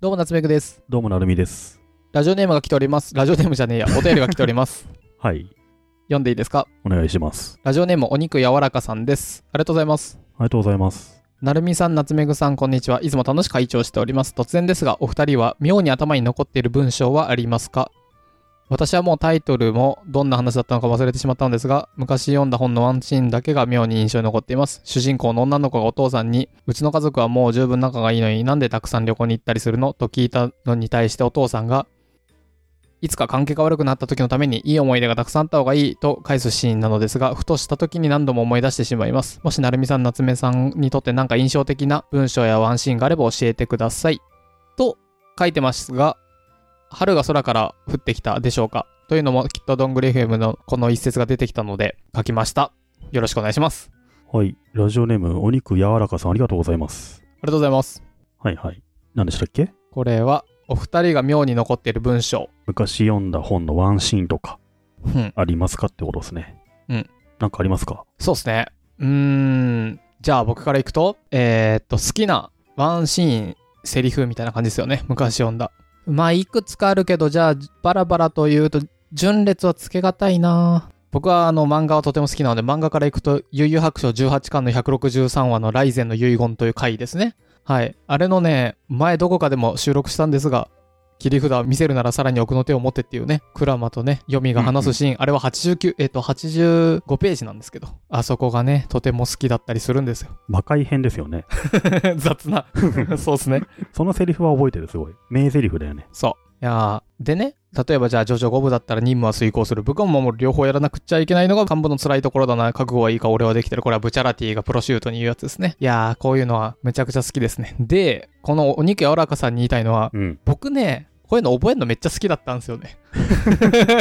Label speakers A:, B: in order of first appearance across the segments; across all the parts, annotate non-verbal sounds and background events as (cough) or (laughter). A: どうも、夏目くです。
B: どうもなるみです。
A: ラジオネームが来ております。ラジオネームじゃねえや。お便りが来ております。
B: はい。
A: 読んでいいですか
B: お願いします。
A: ラジオネーム、お肉柔らかさんです。ありがとうございます。
B: ありがとうございます。
A: なるみさん、夏目ぐさん、こんにちは。いつも楽しく会長しております。突然ですが、お二人は妙に頭に残っている文章はありますか私はもうタイトルもどんな話だったのか忘れてしまったのですが、昔読んだ本のワンシーンだけが妙に印象に残っています。主人公の女の子がお父さんに、うちの家族はもう十分仲がいいのになんでたくさん旅行に行ったりするのと聞いたのに対してお父さんが、いつか関係が悪くなった時のためにいい思い出がたくさんあった方がいいと返すシーンなのですが、ふとした時に何度も思い出してしまいます。もし成美さん、夏目さんにとって何か印象的な文章やワンシーンがあれば教えてください。と書いてますが、春が空から降ってきたでしょうかというのもきっとどんぐり FM のこの一節が出てきたので書きました。よろしくお願いします。
B: はい。ラジオネーム、お肉柔らかさん、ありがとうございます。
A: ありがとうございます。
B: はいはい。何でしたっけ
A: これはお二人が妙に残っている文章。
B: 昔読んだ本のワンシーンとか
A: うん。
B: ありますかってことですね。
A: うん。
B: なんかありますか
A: そうですね。うーん。じゃあ僕からいくと、えーっと、好きなワンシーン、セリフみたいな感じですよね。昔読んだ。まあ、いくつかあるけど、じゃあ、バラバラと言うと、順列はつけがたいな僕はあの漫画はとても好きなので、漫画からいくと、悠々白書18巻の163話のライゼンの遺言という回ですね。はい。あれのね、前どこかでも収録したんですが、切り札を見せるならさらに奥の手を持ってっていうね、クラマとね、読みが話すシーン、あれは89、えっ、と、85ページなんですけど、あそこがね、とても好きだったりするんですよ。 (laughs)
B: 魔界編ですよね。
A: 雑な。そうですね。
B: そのセリフは覚えてる、すごい。名セリフだよね。
A: そう。いやーでね、例えばじゃあ、ジョジョ5部だったら任務は遂行する。部下も守る。両方やらなくちゃいけないのが幹部の辛いところだな。覚悟はいいか、俺はできてる。これはブチャラティがプロシュートに言うやつですね。いやー、こういうのはめちゃくちゃ好きですね。で、このお肉柔らかさんに言いたいのは、
B: うん。
A: 僕ね、こういうの覚えるのめっちゃ好きだったんですよね。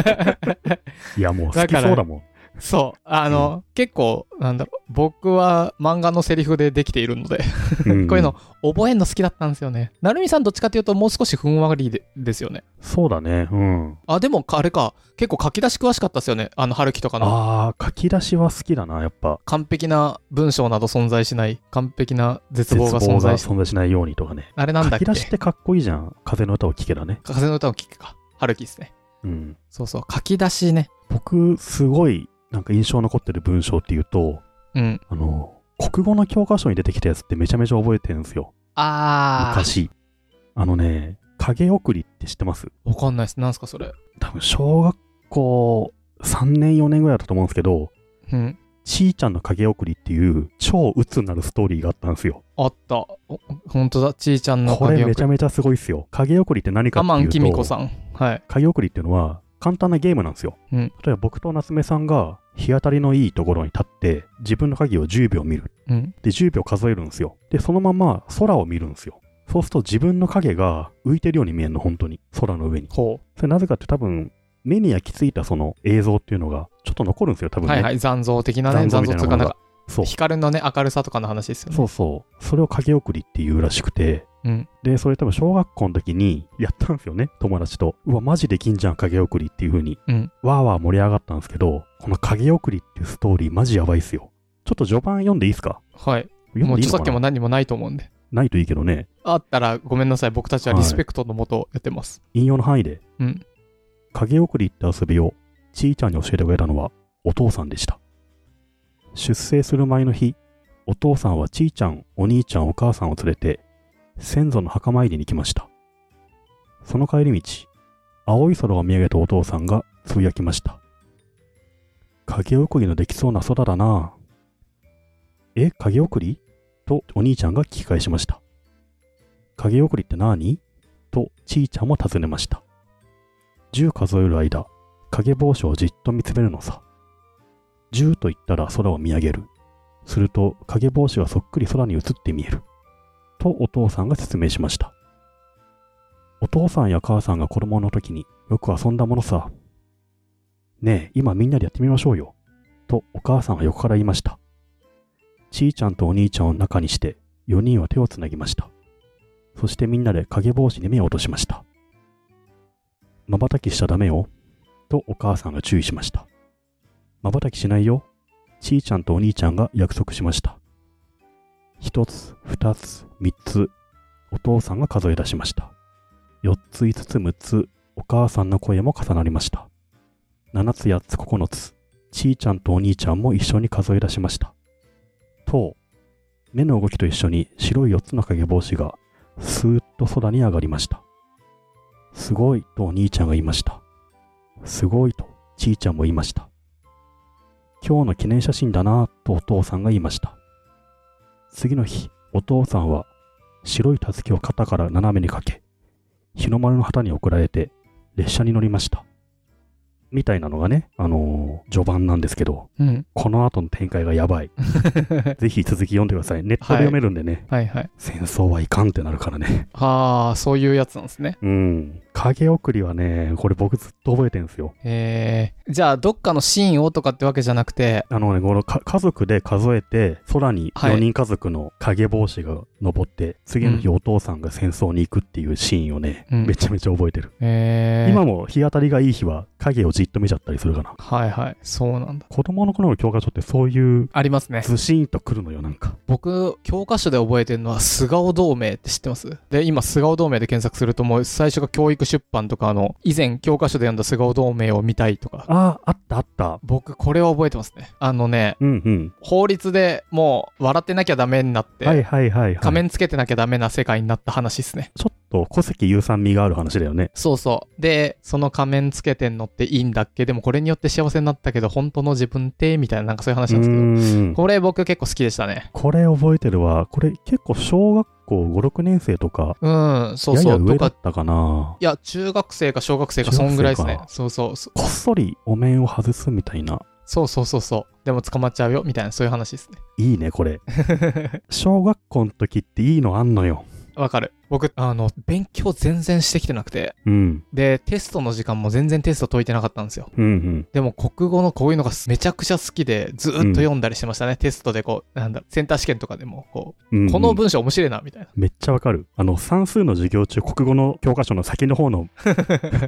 A: (laughs)
B: いや、もう好
A: だ
B: き
A: から
B: そうだもん。
A: そう。あの、結構、なんだろう、僕は漫画のセリフでできているので、 (laughs)
B: うん
A: こういうの覚えるの好きだったんですよね。なるみさんどっちかというともう少しふんわりでですよね。
B: そうだね。うん。
A: あ、でも、あれか。結構書き出し詳しかったですよね。あの、春樹とかの。
B: あー、書き出しは好きだな、やっぱ。
A: 完璧な文章など存在しない。完璧な絶
B: 絶望
A: 望が
B: が
A: 存在し
B: 存在しないようにとかね。
A: あれなんだ
B: 書
A: っけ
B: き出しってかっこいいじゃん。風の歌を聴けだね。
A: 風の歌を聴くか。春樹ですね。
B: うん。
A: そうそう。書き出しね。
B: 僕すごいなんか印象残ってる文章っていうと
A: うん。
B: あの国語の教科書に出てきたやつってめちゃめちゃ覚えてるんですよ
A: あー。
B: 昔あのね影送りって知ってます
A: わかんないです。なんすか、それ。
B: 多分小学校3年4年ぐらいだったと思うんですけど
A: うん。
B: ちーちゃんの影送りっていう超鬱になるストーリーがあったんですよ
A: あった。おほんとだ。ちいちゃんの
B: こ
A: 影
B: れ
A: を
B: めちゃめちゃすごいっすよ影送りって何か
A: アマン
B: って
A: キ
B: い
A: ミ
B: う
A: コ
B: と
A: さん。はい。
B: 影送りっていうのは簡単なゲームなんですよ、
A: うん
B: 例えば僕と夏目さんが日当たりのいいところに立って自分の影を10秒見る
A: うん。
B: で10秒数えるんですよでそのまま空を見るんですよそうすると自分の影が浮いてるように見えるの本当に空の上に
A: ほ
B: それなぜかって多分目に焼き付いたその映像っていうのがちょっと残るんですよ多
A: う。
B: 分ね、
A: はいはい。残像的なね。残
B: 残
A: 像
B: 像
A: っ
B: み
A: て
B: た
A: い
B: い
A: か、な
B: うなもの
A: ん
B: が
A: か、
B: そう
A: 光のね、明るさとかの話ですよね。
B: そうそうそれを影送りっていうらしくて
A: うん。
B: でそれ多分小学校の時にやったんですよね友達とうわマジで金じゃん影送りっていう風に
A: うん。
B: わーわー盛り上がったんですけどこの影送りっていうストーリーマジやばいっすよちょっと序盤読んでいいっすか
A: はい。
B: 読
A: も
B: ん
A: う
B: でいい
A: 著作
B: のか
A: 権も
B: な
A: 何もないと思うんで。
B: ないといいけどね
A: あったらごめんなさい。僕たちはリスペクトのもとやってます。
B: 引用の範囲で、
A: うん
B: 影送りって遊びをちいちゃんに教えてくれたのはお父さんでした出生する前の日お父さんはちいちゃんお兄ちゃんお母さんを連れて先祖の墓参りに来ましたその帰り道青い空を見上げたお父さんがつぶやきました影送りのできそうな空だなあえ影送りとお兄ちゃんが聞き返しました影送りって何とちいちゃんも尋ねました10数える間影帽子をじっと見つめるのさ10と言ったら空を見上げるすると影帽子がそっくり空に映って見えるとお父さんが説明しましたお父さんや母さんが子供の時によく遊んだものさねえ今みんなでやってみましょうよとお母さんは横から言いましたちいちゃんとお兄ちゃんを中にして4人は手をつなぎましたそしてみんなで影帽子に目を落としました。まばたきしちゃダメよ、とお母さんが注意しました。まばたきしないよ、ちいちゃんとお兄ちゃんが約束しました。一つ、二つ、三つ、お父さんが数え出しました。 4つ5つ6つお母さんの声も重なりました7つ8つ9つちいちゃんとお兄ちゃんも一緒に数え出しましたと目の動きと一緒に白い4つの影帽子がスーッと空に上がりましたすごいとお兄ちゃんが言いましたすごいとちいちゃんも言いました今日の記念写真だなぁとお父さんが言いました次の日お父さんは白いたすきを肩から斜めにかけ日の丸の旗に送られて列車に乗りましたみたいなのがねあのー序盤なんですけど (laughs)
A: うん。
B: この後の展開がやばいぜひ続き読んでくださいネットで読めるんでね、
A: はいはい。
B: 戦争はいかんってなるからね
A: はあ、そういうやつなんですね。
B: うん影送りはねこれ僕ずっと覚えてるんですよ
A: えー、じゃあ、どっかのシーンをとかってわけじゃなくて、
B: あのね、このか家族で数えて、空に
A: はい
B: 4人家族の影帽子が登って、次の日
A: う
B: お父さんが戦争に行くっていうシーンをね、
A: うん
B: めちゃめちゃ覚えてる。
A: えー、
B: 今も日当たりがいい日は影をじっと見ちゃったりするかな。
A: はいはい。そうなんだ。
B: 子供の頃の教科書ってそういう
A: ありますね。
B: ずしんとくるのよ、なんか。
A: 僕、教科書で覚えてるのは、素顔同盟って知ってますで、今、素顔同盟で検索すると、もう最初が教育出版とか、あの、以前、教科書で読んだ素顔同盟を見たいとか、
B: ああ、あったあった。
A: 僕、これは覚えてますね。あのね、
B: うんうん。
A: 法律でもう、笑ってなきゃダメになって、
B: はいはいはい、はい。
A: 仮面つけてなきゃダメな世界になった話ですね。
B: ちょっと古関優さん味がある話だよね。
A: そうそう。で、その仮面つけてんのっていいんだっけでもこれによって幸せになったけど、本当の自分ってみたいな、なんかそういう話
B: う
A: なんですけ
B: ん
A: ど。。これ僕結構好きでしたね。
B: これ覚えてるわ。これ結構小学校5、6年生とか、
A: うん、そう
B: や
A: そ
B: や
A: う。
B: 上
A: と
B: だ
A: か
B: っ、たかな。
A: いや、中学生か小学生か、そんぐらいです
B: 中
A: ね
B: 学生。か
A: そうそうそ
B: こっそりお面を外すみたいな。
A: そうそうそうそう。でも捕まっちゃうよ、みたいな、そういう話です
B: いい
A: (laughs)
B: ね、これ。
A: ね。
B: 小学校の時っていいのあんのよ。
A: わかる。僕、あの、勉強全然してきてなくて、
B: うん。
A: で、テストの時間も全然テスト解いてなかったんですよ。
B: うんうん。
A: でも国語のこういうのがめちゃくちゃ好きで、ずーっと読んだりしてましたね。テストでこう、なんだ、センター試験とかでも、こう、
B: うんうん
A: この文章面白いな、みたいな。
B: めっちゃわかる。あの、算数の授業中、国語の教科書の先の方
A: (laughs)
B: の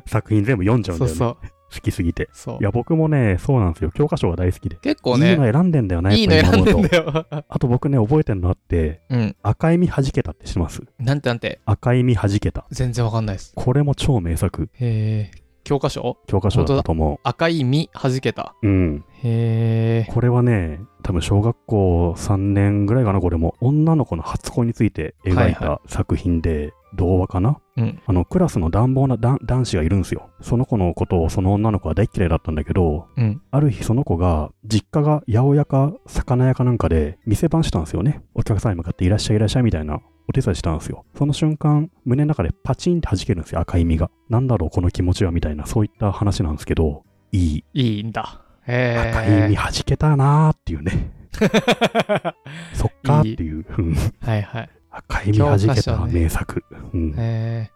B: 作品全部読んじゃうん
A: そ
B: だ
A: う
B: よね。
A: そう。
B: 好きすぎて。
A: そう
B: い。や、僕もね、そうなんですよ。教科書が大好きで。
A: 結構
B: いい
A: ね、
B: の選んでんだよね。
A: いいの
B: やっぱ
A: 選ん
B: 今
A: で
B: 思
A: ん
B: うと
A: だよ。
B: あと僕ね、覚えてるのあって、
A: (laughs) うん。
B: 赤い実はじけたって知ってます
A: なんてなんて、
B: 赤い実はじけた。
A: 全然わかんないです。
B: これも超名作。
A: へえ。教科書
B: 教科書だったと思
A: 赤い実弾けた。
B: う。うん。
A: へえ。
B: これはね、多分小学校3年ぐらいかな、これも、女の子の初恋について描い
A: はい
B: た作品で、童話かな
A: うん。
B: あの、クラスの暖房な男男子がいるんですよ。その子のことをその女の子は大っ嫌いだったんだけど、
A: うん。
B: ある日その子が、実家が八百屋か魚屋かなんかで、店番したんですよね。お客さんに向かっていらっしゃいいらっしゃいみたいな。お手伝いしたんですよ。その瞬間、胸の中でパチンって弾けるんですよ、赤い実が。なんだろう、この気持ちは、みたいな、そういった話なんですけど、いい、
A: いいんだ。へえ。
B: 赤い実弾けたなーっていうね。そっかっていう。うん
A: (laughs) はいはい。
B: 赤い実はじけ
A: 教科
B: た
A: 書ね
B: 名作。うん
A: へえ。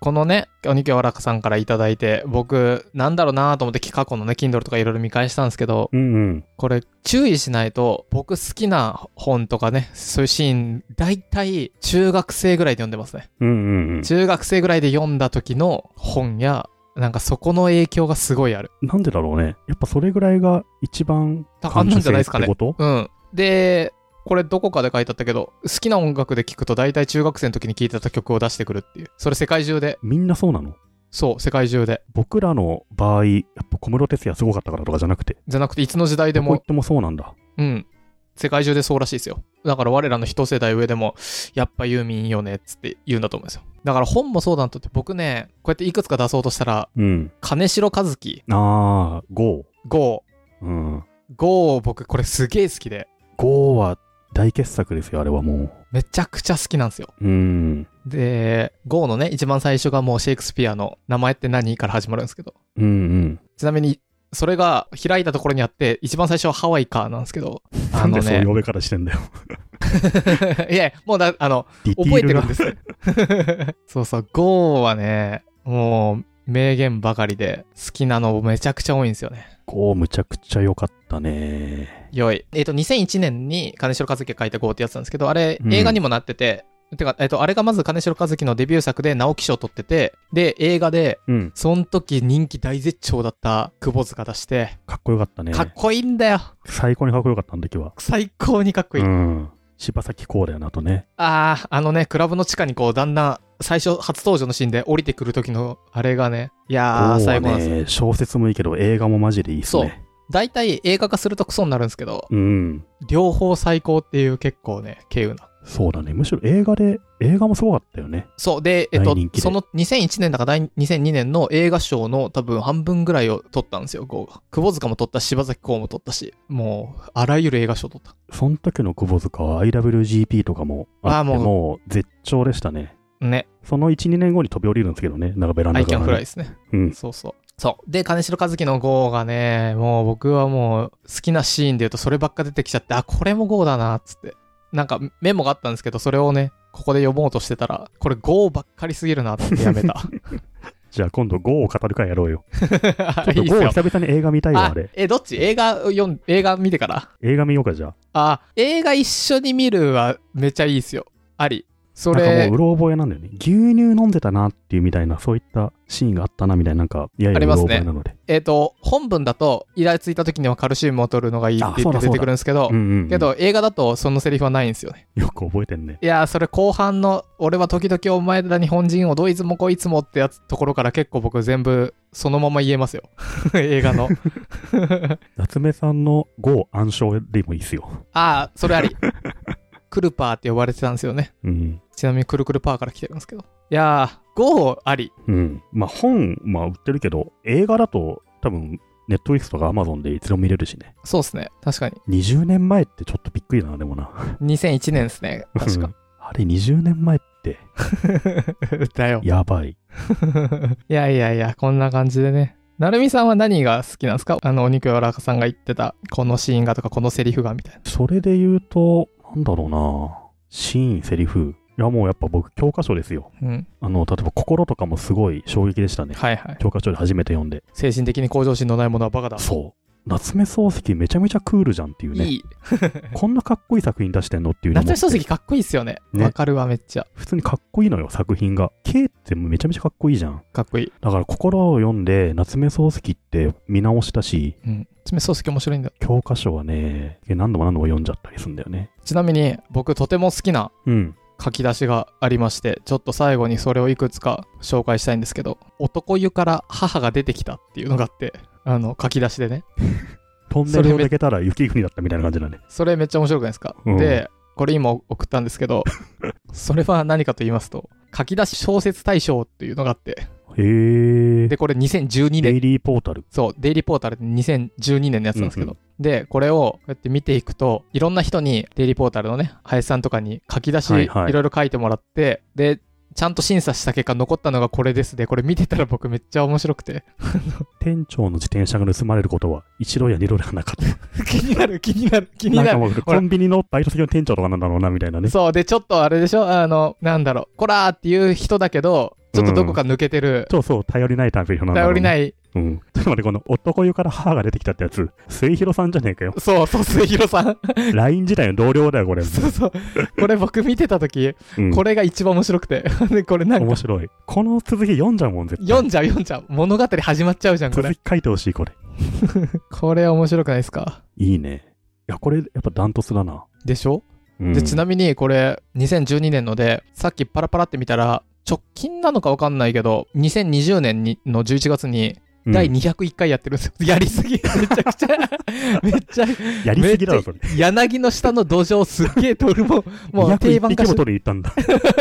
A: このね、おにきわらかさんからいただいて、僕、なんだろうなと思って、過去のね、Kindle とかいろいろ見返したんですけど、
B: うんうん。
A: これ注意しないと僕好きな本とかねそういうシーン大体中学生ぐらいで読んでますね
B: うんうんうん。
A: 中学生ぐらいで読んだ時の本やなんかそこの影響がすごいある
B: なんでだろうね。やっぱそれぐらいが一番
A: 高んなんじゃないですかね
B: 感受性ってこ
A: うんでこれどこかで書いてあったけど好きな音楽で聴くと大体中学生の時に聴いてた曲を出してくるっていうそれ世界中で
B: とみんなそうなの
A: そう世界中で
B: 僕らの場合、やっぱ小室哲哉すごかったからとかじゃなくて、
A: じゃなくていつの時代で
B: どこ行
A: も
B: ってもそうなんだ。
A: うん世界中でそうらしいですよだから我らの一世代上でもやっぱユーミンいいよねっつって言うんだと思うんですよだから本もそうだとって僕ねこうやっていくつか出そうとしたら
B: うん。
A: 金城和樹
B: ああ、GO。
A: ゴ
B: うん。
A: ーゴー僕これすげえ好きで
B: GO は大傑作ですよ、あれはも
A: めちゃくちゃ好きなんですよ
B: う。うん。
A: でゴーのね一番最初がもうシェイクスピアの名前って何から始まるんですけど
B: うんうん。
A: ちなみにそれが開いたところにあって一番最初はハワイかなんですけど
B: (laughs) な
A: あ
B: んで
A: の
B: そうい
A: ね
B: う呼べ方してんだよ。
A: (laughs) いやいやもうだあの
B: ディティ
A: 覚え
B: ー
A: て
B: ル
A: るん
B: が
A: で。す。 (laughs) そうそう、GO はね、もう名言ばかりで、好きなのめちゃくちゃ多いんですよね。
B: GO むちゃくちゃ良かったね。
A: 良い。えっ、と、2001年に金城和樹が書いた GO ってやつなんですけど、あれ
B: う、ん
A: 映画にもなってて、てか、えっ、と、あれがまず金城和樹のデビュー作で直木賞を取ってて、で、映画で、
B: うん。
A: その時人気大絶頂だった窪塚出して、
B: かっこよかったね。
A: かっこいいんだよ。
B: 最高にかっこよかった、あの時は。
A: 最高にかっこいい。
B: うん。柴咲コウだよなとね。
A: あー、あのね、クラブの地下にこう、だんだん最初、初登場のシーンで降りてくる時の、あれがね、いやー、
B: こうは
A: 最後なんですよ。
B: ね、小説もいいけど映画もマジでいいっすね。
A: 大体映画化するとクソになるんですけど、
B: うん。
A: 両方最高っていう結構ね、稀有な。
B: そうだね。むしろ映画で、映画もすごかったよね。
A: そう。で、えっと
B: 大人気、で
A: その2001年だか第2002年の映画賞の多分半分ぐらいを取ったんですよ、ゴーが。窪塚も取ったし、柴咲コウも取ったし、もう、あらゆる映画賞取った。
B: その時の久保塚は IWGP とかもあって
A: あーもう
B: もう絶頂でしたね。
A: ね。
B: その1、2年後に飛び降りるんですけどね。なんかベランダ
A: アイ
B: か
A: キャンフ
B: ら
A: ライ
B: ね、
A: ですね。
B: うん。
A: そうそう。そう。で、金城和樹のゴーがね、もう僕はもう好きなシーンで言うとそればっか出てきちゃって、あ、これもゴーだな、つって。なんかメモがあったんですけど、それをね、ここで読もうとしてたら、これゴーばっかりすぎるなってやめ
B: (laughs)
A: た。
B: じゃあ今度 GO を語る会やろうよ。
A: いいっす
B: GO を
A: よ。
B: 久々に映画見たいわ、
A: あ
B: あれ。
A: え、どっち映画読ん、映画見てから
B: 映画見ようか、じゃあ。
A: あ、映画一緒に見るはめちゃいいっすよ。あり。そ
B: なんか
A: れ
B: もう、うろ覚えなんだよね。牛乳飲んでたなっていうみたいな、そういったシーンがあったなみたいな、なんか、いやい
A: あ
B: や、
A: り
B: うろ
A: ます
B: 覚
A: ね
B: えなので。
A: えっ、と、本文だと、イラついた時にはカルシウムを取るのがいいって
B: あそ
A: 言っ
B: うだ
A: て出てくるんですけど
B: うん、うんうん
A: けど映画だとそのセリフはないんですよね。
B: よく覚えてんね。
A: いやー、それ後半の、俺は時々お前ら日本人をどいつもこいつもってやつところから結構僕全部そのまま言えますよ。 (laughs) 映
B: (laughs)
A: 画の。
B: 夏目さんの GO 暗唱でもいいっすよ。
A: ああ、それあり。クルパーって呼ばれてたんですよね。
B: うん。
A: ちなみにクルクルパーから来てるんですけど。いやー、ゴーあり。
B: うん。まあ、本、まあ、売ってるけど、映画だと、多分、ネットフリックスとかアマゾンでいつでも見れるしね。
A: そうっすね。確かに。
B: 20年前ってちょっとびっくりだな、でもな。
A: 2001年ですね。確か。
B: あれ、20年前って、 (laughs)
A: だよ。
B: やばい。
A: いやいやいや、こんな感じでね。なるみさんは何が好きなんですかあの、お肉やわらかさんが言ってた、このシーンがとか、このセリフがみたいな。
B: それで言うと、なんだろうな。シーン、セリフ。いや、もうやっぱ僕、教科書ですよ。
A: うん。
B: あの、例えば、心とかもすごい衝撃でしたね。
A: はいはい。
B: 教科書で初めて読んで。
A: 精神的に向上心のないものはバカだ。
B: そう。夏目漱石めちゃめちゃクールじゃんっていうね。
A: いい。
B: (laughs) こんなかっこいい作品出してんのっていうのも
A: 夏目漱石かっこいいっすよね。
B: ね
A: わ、かるわ、めっちゃ。
B: 普通にかっこいいのよ、作品が。K ってめちゃめちゃかっこいいじゃん。
A: かっこいい。
B: だから心を読んで、夏目漱石って見直したし、
A: うん。夏目漱石面白いんだよ。
B: 教科書はね、何度も何度も読んじゃったりするんだよね。
A: ちなみに、僕とても好きな
B: うん。
A: 書き出しがありまして、ちょっと最後にそれをいくつか紹介したいんですけど、男湯から母が出てきたっていうのがあって、あの、書き出しでね。
B: トンネルを抜けたら雪国だったみたいな感じだね。
A: それめっちゃ面白くないですか、
B: うん
A: で、これ今送ったんですけど、 (laughs) それは何かと言いますと、書き出し小説大賞っていうのがあって、
B: へー。
A: で、これ2012
B: デ
A: 年、
B: イリーポータル。
A: そう、デイリーポータルで2012年のやつなんですけど、
B: う
A: で、これをこうやって見ていくと、いろんな人に、デイリーポータルのね、林さんとかに書き出し、
B: はいいはい
A: ろいろ書いてもらって、で、ちゃんと審査した結果残ったのがこれですで、これ見てたら僕めっちゃ面白くて、 (laughs)
B: 店長の自転車が盗まれることは一度や二度ではなかった。
A: 気になる、気になる、気に
B: なん
A: な
B: か
A: る。
B: もうコンビニのバイト先の店長とかなんだろうな、みたいなね。
A: そう、で、ちょっとあれでしょあの、なんだろう、こらーっていう人だけど、ちょっとどこか抜けてる、
B: そうそう、頼りないタイプの人なんだろ
A: 頼
B: う
A: り
B: な
A: ない、。
B: うん。ちょっと待って、この男湯から母が出てきたってやつ、末広さんじゃねえかよ
A: そうそう、末広さん。 (laughs)
B: LINE 時代の同僚だよ、これ。
A: そうそう。 (laughs) これ僕見てた時、
B: うん
A: これが一番面白くて。 (laughs) で、これなんか、
B: 面白い。この続き読んじゃうもん、絶対。
A: 読んじゃう読んじゃう。物語始まっちゃうじゃん、こ
B: 続
A: れ。
B: き書いてほしい、これ。
A: これ面白くないですか
B: いいね。いや、これ、やっぱダントツだな。
A: でしょ、
B: うん
A: で、ちなみにこれ、2012年ので、さっきパラパラって見たら、直近なのかわかんないけど、2020年にの11月に
B: うん
A: 第201回やってるんですよ。 (laughs) やりすぎ。めちゃく (laughs) ちゃ、めっちゃ、
B: やりすぎだろ、それ。
A: 柳の下の土壌すっげえ取る
B: (laughs)
A: もん、もう定
B: 201
A: 番
B: 匹
A: 化
B: も
A: し
B: 取りに行ったんだ。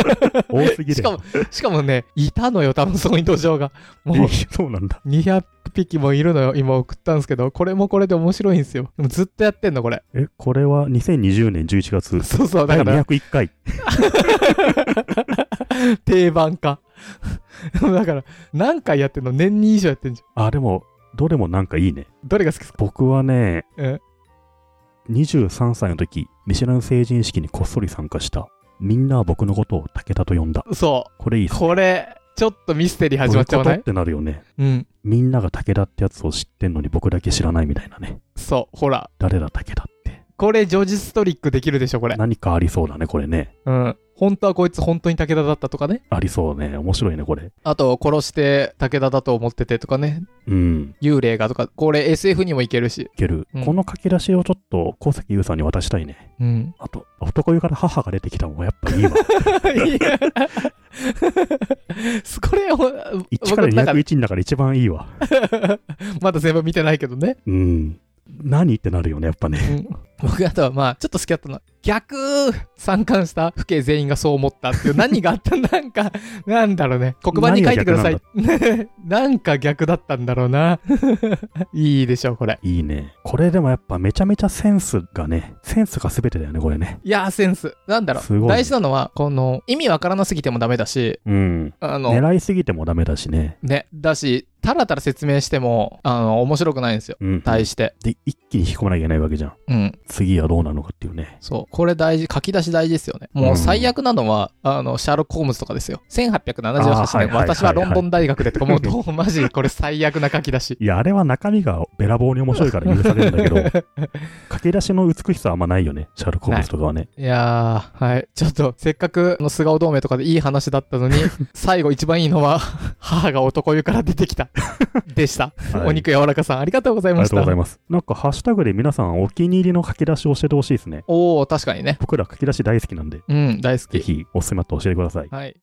A: (laughs)
B: 多すぎる。
A: しかも、しかもね、いたのよ、多分そこに土壌が。もう
B: そうなんだ。
A: 200匹もいるのよ、今送ったんですけど、これもこれで面白いんですよ。でもずっとやってんの、これ。
B: え、これは2020年11月。
A: (laughs) そうそう、だ
B: 第
A: から
B: 201回。
A: 定番化。 (laughs) だから、何回やってんの年に以上やってんじゃ
B: あ、でも、どれもなんかいいね。
A: ん。どれが好きですか
B: 僕はね、
A: え
B: 23歳の時、見知らぬ成人式にこっそり参加した。みんなは僕のことを武田と呼んだ。
A: そ、
B: これいいうっすね
A: これ、ちょっとミステリー始まっちゃわな
B: どういうこ
A: い
B: とってなるよね。
A: うん、
B: みんなが武田ってやつを知ってんのに僕だけ知らないみたいなね。
A: そう、ほら、
B: 誰だ武田って。
A: これ、叙述トリックできるでしょ、これ。
B: 何かありそうだね、これね。
A: うん。本当はこいつ、本当に武田だったとかね。
B: ありそうね。面白いね、これ。
A: あと、殺して武田だと思っててとかね。
B: うん。
A: 幽霊がとか、これ SF にもいけるし。
B: いける。
A: うん
B: この書き出しをちょっと、小関優さんに渡したいね。
A: うん。
B: あと、男湯から母が出てきたのもやっぱいい
A: (laughs)
B: わ。
A: いや (laughs) これ、ほ
B: 1から
A: 僕なんか
B: 201の中で一番いいわ。
A: まだ全部見てないけどね。
B: うん。何ってなるよね、やっぱね。
A: 僕あとはまあちょっと好きだったのは逆参観した父兄全員がそう思った
B: (laughs)
A: っていう何があったなんかなんだろうね黒板に書いてください (laughs) なんか逆だったんだろうな (laughs) いいでしょうこれ
B: いいね。これでもやっぱめちゃめちゃセンスがね、センスが全てだよね、これね。
A: いやーセンスなんだろ
B: す
A: う
B: ごい
A: 大事なのはこの意味わからなすぎてもダメだし
B: うん。
A: あの
B: 狙いすぎてもダメだしね。
A: ねだしたらたら説明してもあの面白くないんですよ
B: うん。
A: 対して
B: で、一気に引き込まなきゃいけないわけじゃん。
A: うん
B: 次はどうなるのかっていうね。
A: そう。これ大事、書き出し大事ですよね。もう最悪なのは、あの、シャーロック・ホームズとかですよ。1878
B: あーはいはいはい
A: 年、
B: はい
A: 私はロンドン大学でとか、もうど
B: (laughs)
A: う、マジ、これ最悪な書き出し。
B: いや、あれは中身がべらぼうに面白いから許されるん
A: (laughs)
B: だけど、書き出しの美しさはあんまないよね、シャーロック・ホームズとかはね。
A: いやー、はい。ちょっと、せっかく、あの、素顔同盟とかでいい話だった
B: (laughs)
A: のに、最後一番いいのは、母が男湯から出てきた。でした。
B: はい
A: お肉柔らかさん、ありがとうござい
B: あり
A: ま
B: が
A: し
B: とうござい
A: た。
B: ます。なんか、ハッシュタグで皆さんお気に入りの書き出しを教えてほしいですね。
A: おー、確かにね。
B: 僕ら書き出し大好きなんで、
A: うん、大好き。
B: ぜひおすすめあったら教えてください。
A: はい。